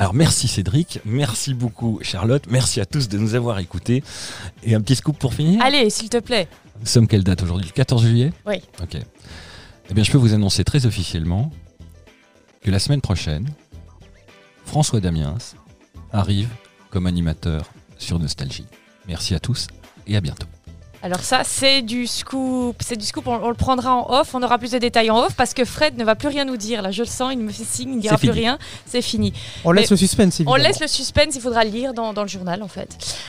Alors merci Cédric, merci beaucoup Charlotte, merci à tous de nous avoir écoutés. Et un petit scoop pour finir Allez, s'il te plaît. Nous sommes quelle date aujourd'hui Le 14 juillet Oui. Ok. Eh bien je peux vous annoncer très officiellement que la semaine prochaine, François Damiens arrive comme animateur sur Nostalgie. Merci à tous et à bientôt. Alors ça, c'est du scoop. C'est du scoop. On, on le prendra en off. On aura plus de détails en off parce que Fred ne va plus rien nous dire. Là, je le sens. Il me fait signe. Il ne dira C'est plus fini. rien. C'est fini. On laisse Mais le suspense, On évidemment. laisse le suspense. Il faudra le lire dans, dans le journal, en fait.